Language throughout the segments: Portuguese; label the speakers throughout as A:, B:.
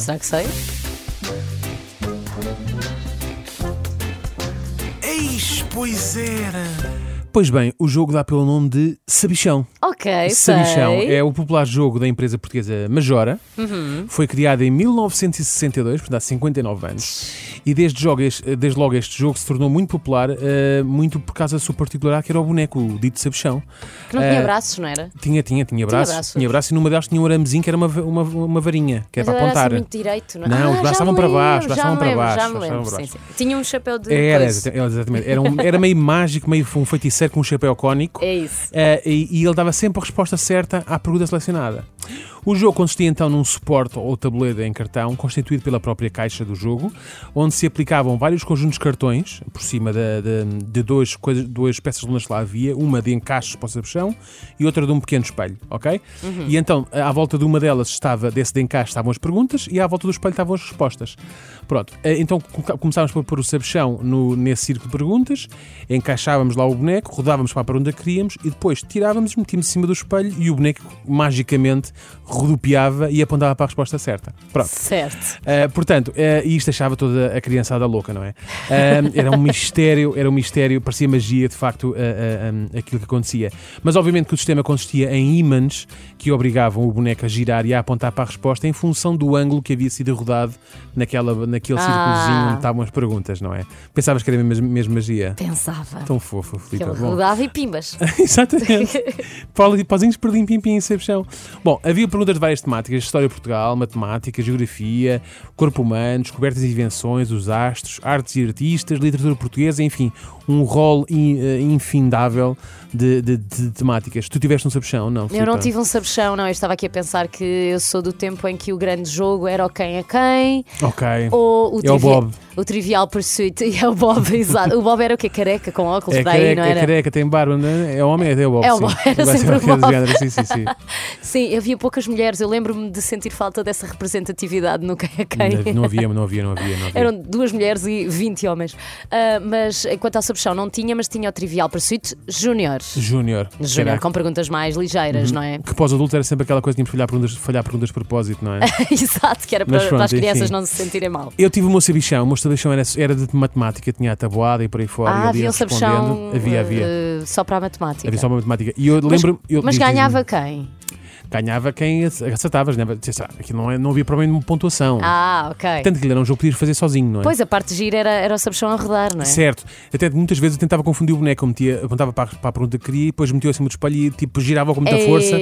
A: Será que sei?
B: Eis, pois era. Pois bem, o jogo dá pelo nome de Sabichão.
A: Ok,
B: Sabichão
A: sei. Uhum.
B: é o popular jogo da empresa portuguesa Majora. Foi criado em 1962, portanto há 59 anos. E desde, jogo este- desde logo este jogo se tornou muito popular, eh, muito por causa da sua particularidade, que era o boneco, o dito Sabichão.
A: Que não tinha
B: Eh,
A: braços, não era?
B: Tinha, tinha, tinha braço.
A: braços.
B: Tinha braço e numa delas tinha um aramezinho que era uma, va- uma, uma varinha, que
A: Mas
B: era para
A: ele era
B: apontar.
A: assim muito direito, não é?
B: Não, os
A: ah,
B: braços
A: já
B: estavam
A: me
B: para
A: lembro,
B: baixo, os braços
A: já me
B: estavam para
A: lembro,
B: baixo,
A: Já
B: os
A: me
B: braços
A: lembro,
B: estavam para É,
A: sim, sim. Tinha um chapéu de.
B: Era,
A: coisa.
B: exata- exatamente. Era, um- era meio mágico, meio um feiticeiro com um chapéu cónico.
A: É isso.
B: Eh, e, e ele dava sempre a resposta certa à pergunta selecionada. O jogo consistia então num suporte ou tabuleiro em cartão, constituído pela própria caixa do jogo, onde se aplicavam vários conjuntos de cartões, por cima da- da- de, dois, coisas- duas peças de lona que lá havia, uma de encaixes para o sabichão e outra de um pequeno espelho, ok? E então, à volta de uma delas estava, desse de encaixe estavam as perguntas e à volta do espelho estavam as respostas. Pronto, eh, então co- começávamos por pôr o sabichão no, nesse círculo de perguntas, encaixávamos lá o boneco, rodávamos para a pergunta que queríamos e depois tirávamos e metíamos em cima do espelho e o boneco magicamente rodopiava e apontava para a resposta certa. Pronto.
A: Certo.
B: Uh, portanto, uh, e isto achava toda a criançada louca, não é? Um, era um mistério, era um mistério, parecia magia de facto uh, uh, um, aquilo que acontecia. Mas obviamente que o sistema consistia em ímãs que obrigavam o boneco a girar e a apontar para a resposta em função do ângulo que havia sido rodado naquela, naquele
A: Ah.
B: círculozinho onde estavam as perguntas, não é? Pensavas que era mesmo, mesmo magia?
A: Pensava.
B: Tão fofo,
A: Que
B: Filipe.
A: ele
B: Então, Bom.
A: rodava e pimbas.
B: Exatamente. Paulo e Pauzinhos perdim pim pim em Sebestão. Bom, havia perguntas de várias temáticas: história de Portugal, matemática, geografia, corpo humano, descobertas e invenções, os astros, artes e artistas, literatura portuguesa, enfim, um rol in- eh, infindável de, de- de temáticas. Tu tiveste um Sebestão, não?
A: Eu não
B: Filipe?
A: tive um sabichão, não. Eu estava aqui a pensar que eu sou do tempo em que o grande jogo era o quem é quem,
B: Ok.
A: ou o,
B: É o
A: trivi-
B: Bob.
A: o Trivial Pursuit e é o Bob, exato. O Bob era o quê? Careca com óculos
B: É
A: daí,
B: careca,
A: não
B: é
A: era?
B: careca, tem barba, não é? É homem, é até o Bob.
A: É o
B: sim.
A: Bob, era
B: Vai ser
A: sempre o
B: qualquer
A: Bob.
B: género, Sim, sim, sim.
A: Sim, havia poucas mulheres. Eu lembro-me de sentir falta dessa representatividade no quem é quem.
B: Não havia, não havia, não havia. Não havia.
A: Eram duas mulheres e 20 homens. Ah, mas enquanto ao Sabichão não tinha, mas tinha o Trivial Pursuit Júnior.
B: Júnior.
A: Júnior,
B: Caraca.
A: com perguntas mais ligeiras, não é?
B: Que pós-adulto era sempre aquela coisa de tínhamos que falhar perguntas, falhar perguntas de propósito, não é?
A: Exato, que era para,
B: Mas pronto,
A: para as crianças
B: enfim.
A: não se sentirem mal.
B: Eu tive o meu sabichão, o meu sabichão era, era de matemática, tinha a tabuada e por aí fora.
A: ah,
B: e ele ia
A: havia um Sabichão
B: respondendo. Havia,
A: eh,
B: havia.
A: eh, só para a matemática.
B: Havia só uma matemática. E eu
A: Mas-
B: lembro. eu-
A: mas
B: diz- diz-me.
A: ganhava quem?
B: Ganhava quem acertavas, né? Sei lá, Aquilo não, é, não havia problema de pontuação.
A: Ah, ok.
B: Tanto que ele era um jogo que podias fazer sozinho, não é?
A: Pois a parte gira era, era o Sabichão a rodar, não é?
B: Certo, até muitas vezes eu tentava confundir o boneco, eu metia, apontava para, a- para a pergunta que queria e depois metia acima do espelho e tipo, girava com muita
A: Ei,
B: força.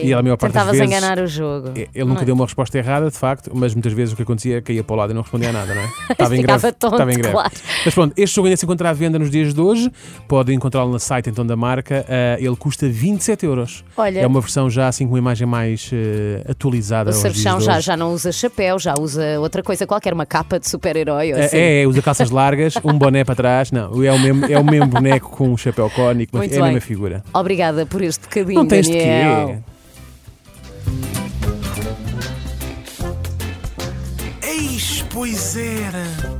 B: E ela, a maior parte das
A: Tentavas
B: vezes,
A: enganar o jogo.
B: É, Ele nunca
A: Não é?
B: deu uma resposta errada, de facto, mas muitas vezes o que acontecia é que ia para o lado e não respondia a nada, não é?
A: Ficava tonto,
B: Estava em greve.
A: claro.
B: Mas pronto, este jogo ainda se encontra à venda nos dias de hoje. Podem encontrá-lo no site então da marca. Ah, ele custa 27 euros.
A: Olha.
B: É uma versão já assim com uma imagem mais eh, atualizada.
A: O
B: aos dias
A: Sabichão
B: de
A: um já,
B: hoje.
A: já não usa chapéu, já usa outra coisa qualquer, uma capa de super-herói ou
B: É,
A: assim.
B: É, é, usa calças largas, um boné para trás. Não, é o mesmo, é o mesmo boneco com um chapéu cónico, mas
A: Muito
B: é a
A: bem.
B: mesma figura.
A: Obrigada por este bocadinho,
B: Não tens de
A: Daniel.
B: quê? Eis, pois era.